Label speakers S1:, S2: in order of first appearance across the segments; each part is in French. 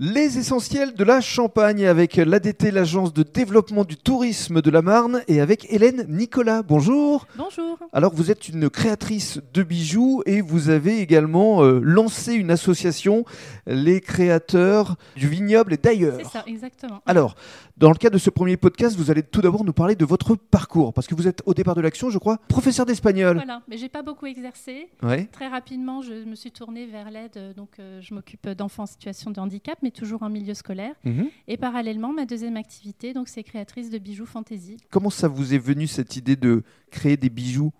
S1: Les essentiels de la Champagne avec l'ADT, l'agence de développement du tourisme de la Marne, et avec Hélène Nicolas. Bonjour.
S2: Bonjour.
S1: Alors vous êtes une créatrice de bijoux et vous avez également euh, lancé une association, les créateurs du vignoble et d'ailleurs.
S2: C'est ça, exactement.
S1: Alors, dans le cadre de ce premier podcast, vous allez tout d'abord nous parler de votre parcours, parce que vous êtes au départ de l'action, je crois, professeur d'espagnol.
S2: Voilà, mais j'ai pas beaucoup exercé.
S1: Ouais.
S2: Très rapidement, je me suis tournée vers l'aide. Donc, euh, je m'occupe d'enfants en situation de handicap, mais toujours en milieu scolaire.
S1: Mhm.
S2: Et parallèlement, ma deuxième activité, donc, c'est créatrice de bijoux fantaisie.
S1: Comment ça vous est venu cette idée de créer des bijoux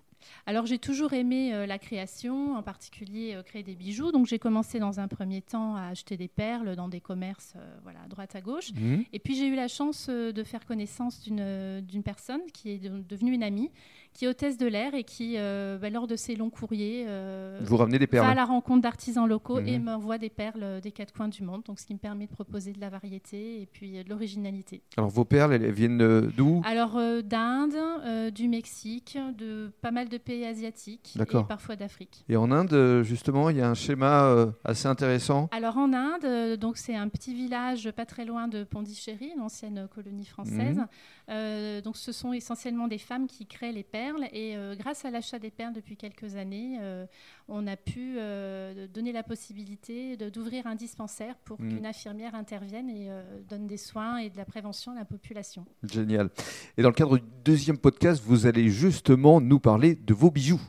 S2: Alors, j'ai toujours aimé euh, la création, en particulier euh, créer des bijoux. Donc, j'ai commencé dans un premier temps à acheter des perles dans des commerces, euh, voilà, à droite à gauche. Et puis j'ai eu la chance euh, de faire connaissance d'une euh, d'une personne qui est de- devenue une amie, qui est hôtesse de l'air et qui, euh, bah, lors de ses longs courriers, euh,
S1: Vous ramenez des perles.
S2: va à la rencontre d'artisans locaux et
S1: Mhm.
S2: m'envoie des perles euh, des quatre coins du monde, donc ce qui me permet de proposer de la variété et puis euh, de l'originalité.
S1: Alors vos perles, elles viennent euh, d'où
S2: Alors euh, d'Inde, euh, du Mexique, de pas mal de pays asiatiques et
S1: D'accord.
S2: parfois d'Afrique.
S1: Et en Inde, euh, justement, il y a un schéma euh, assez intéressant.
S2: Alors en Inde, euh, donc c'est un petit village pas très loin de Pondichéry, une ancienne colonie française.
S1: Mhm.
S2: Euh, donc ce sont essentiellement des femmes qui créent les perles et euh, grâce à l'achat des perles depuis quelques années, euh, on a pu euh, donner la possibilité de- d'ouvrir un dispensaire pour
S1: Mhm.
S2: qu'une infirmière intervienne et euh, donne des soins et de la prévention à la population.
S1: Génial. Et dans le cadre du deuxième podcast, vous allez justement nous parler de vos bijoux.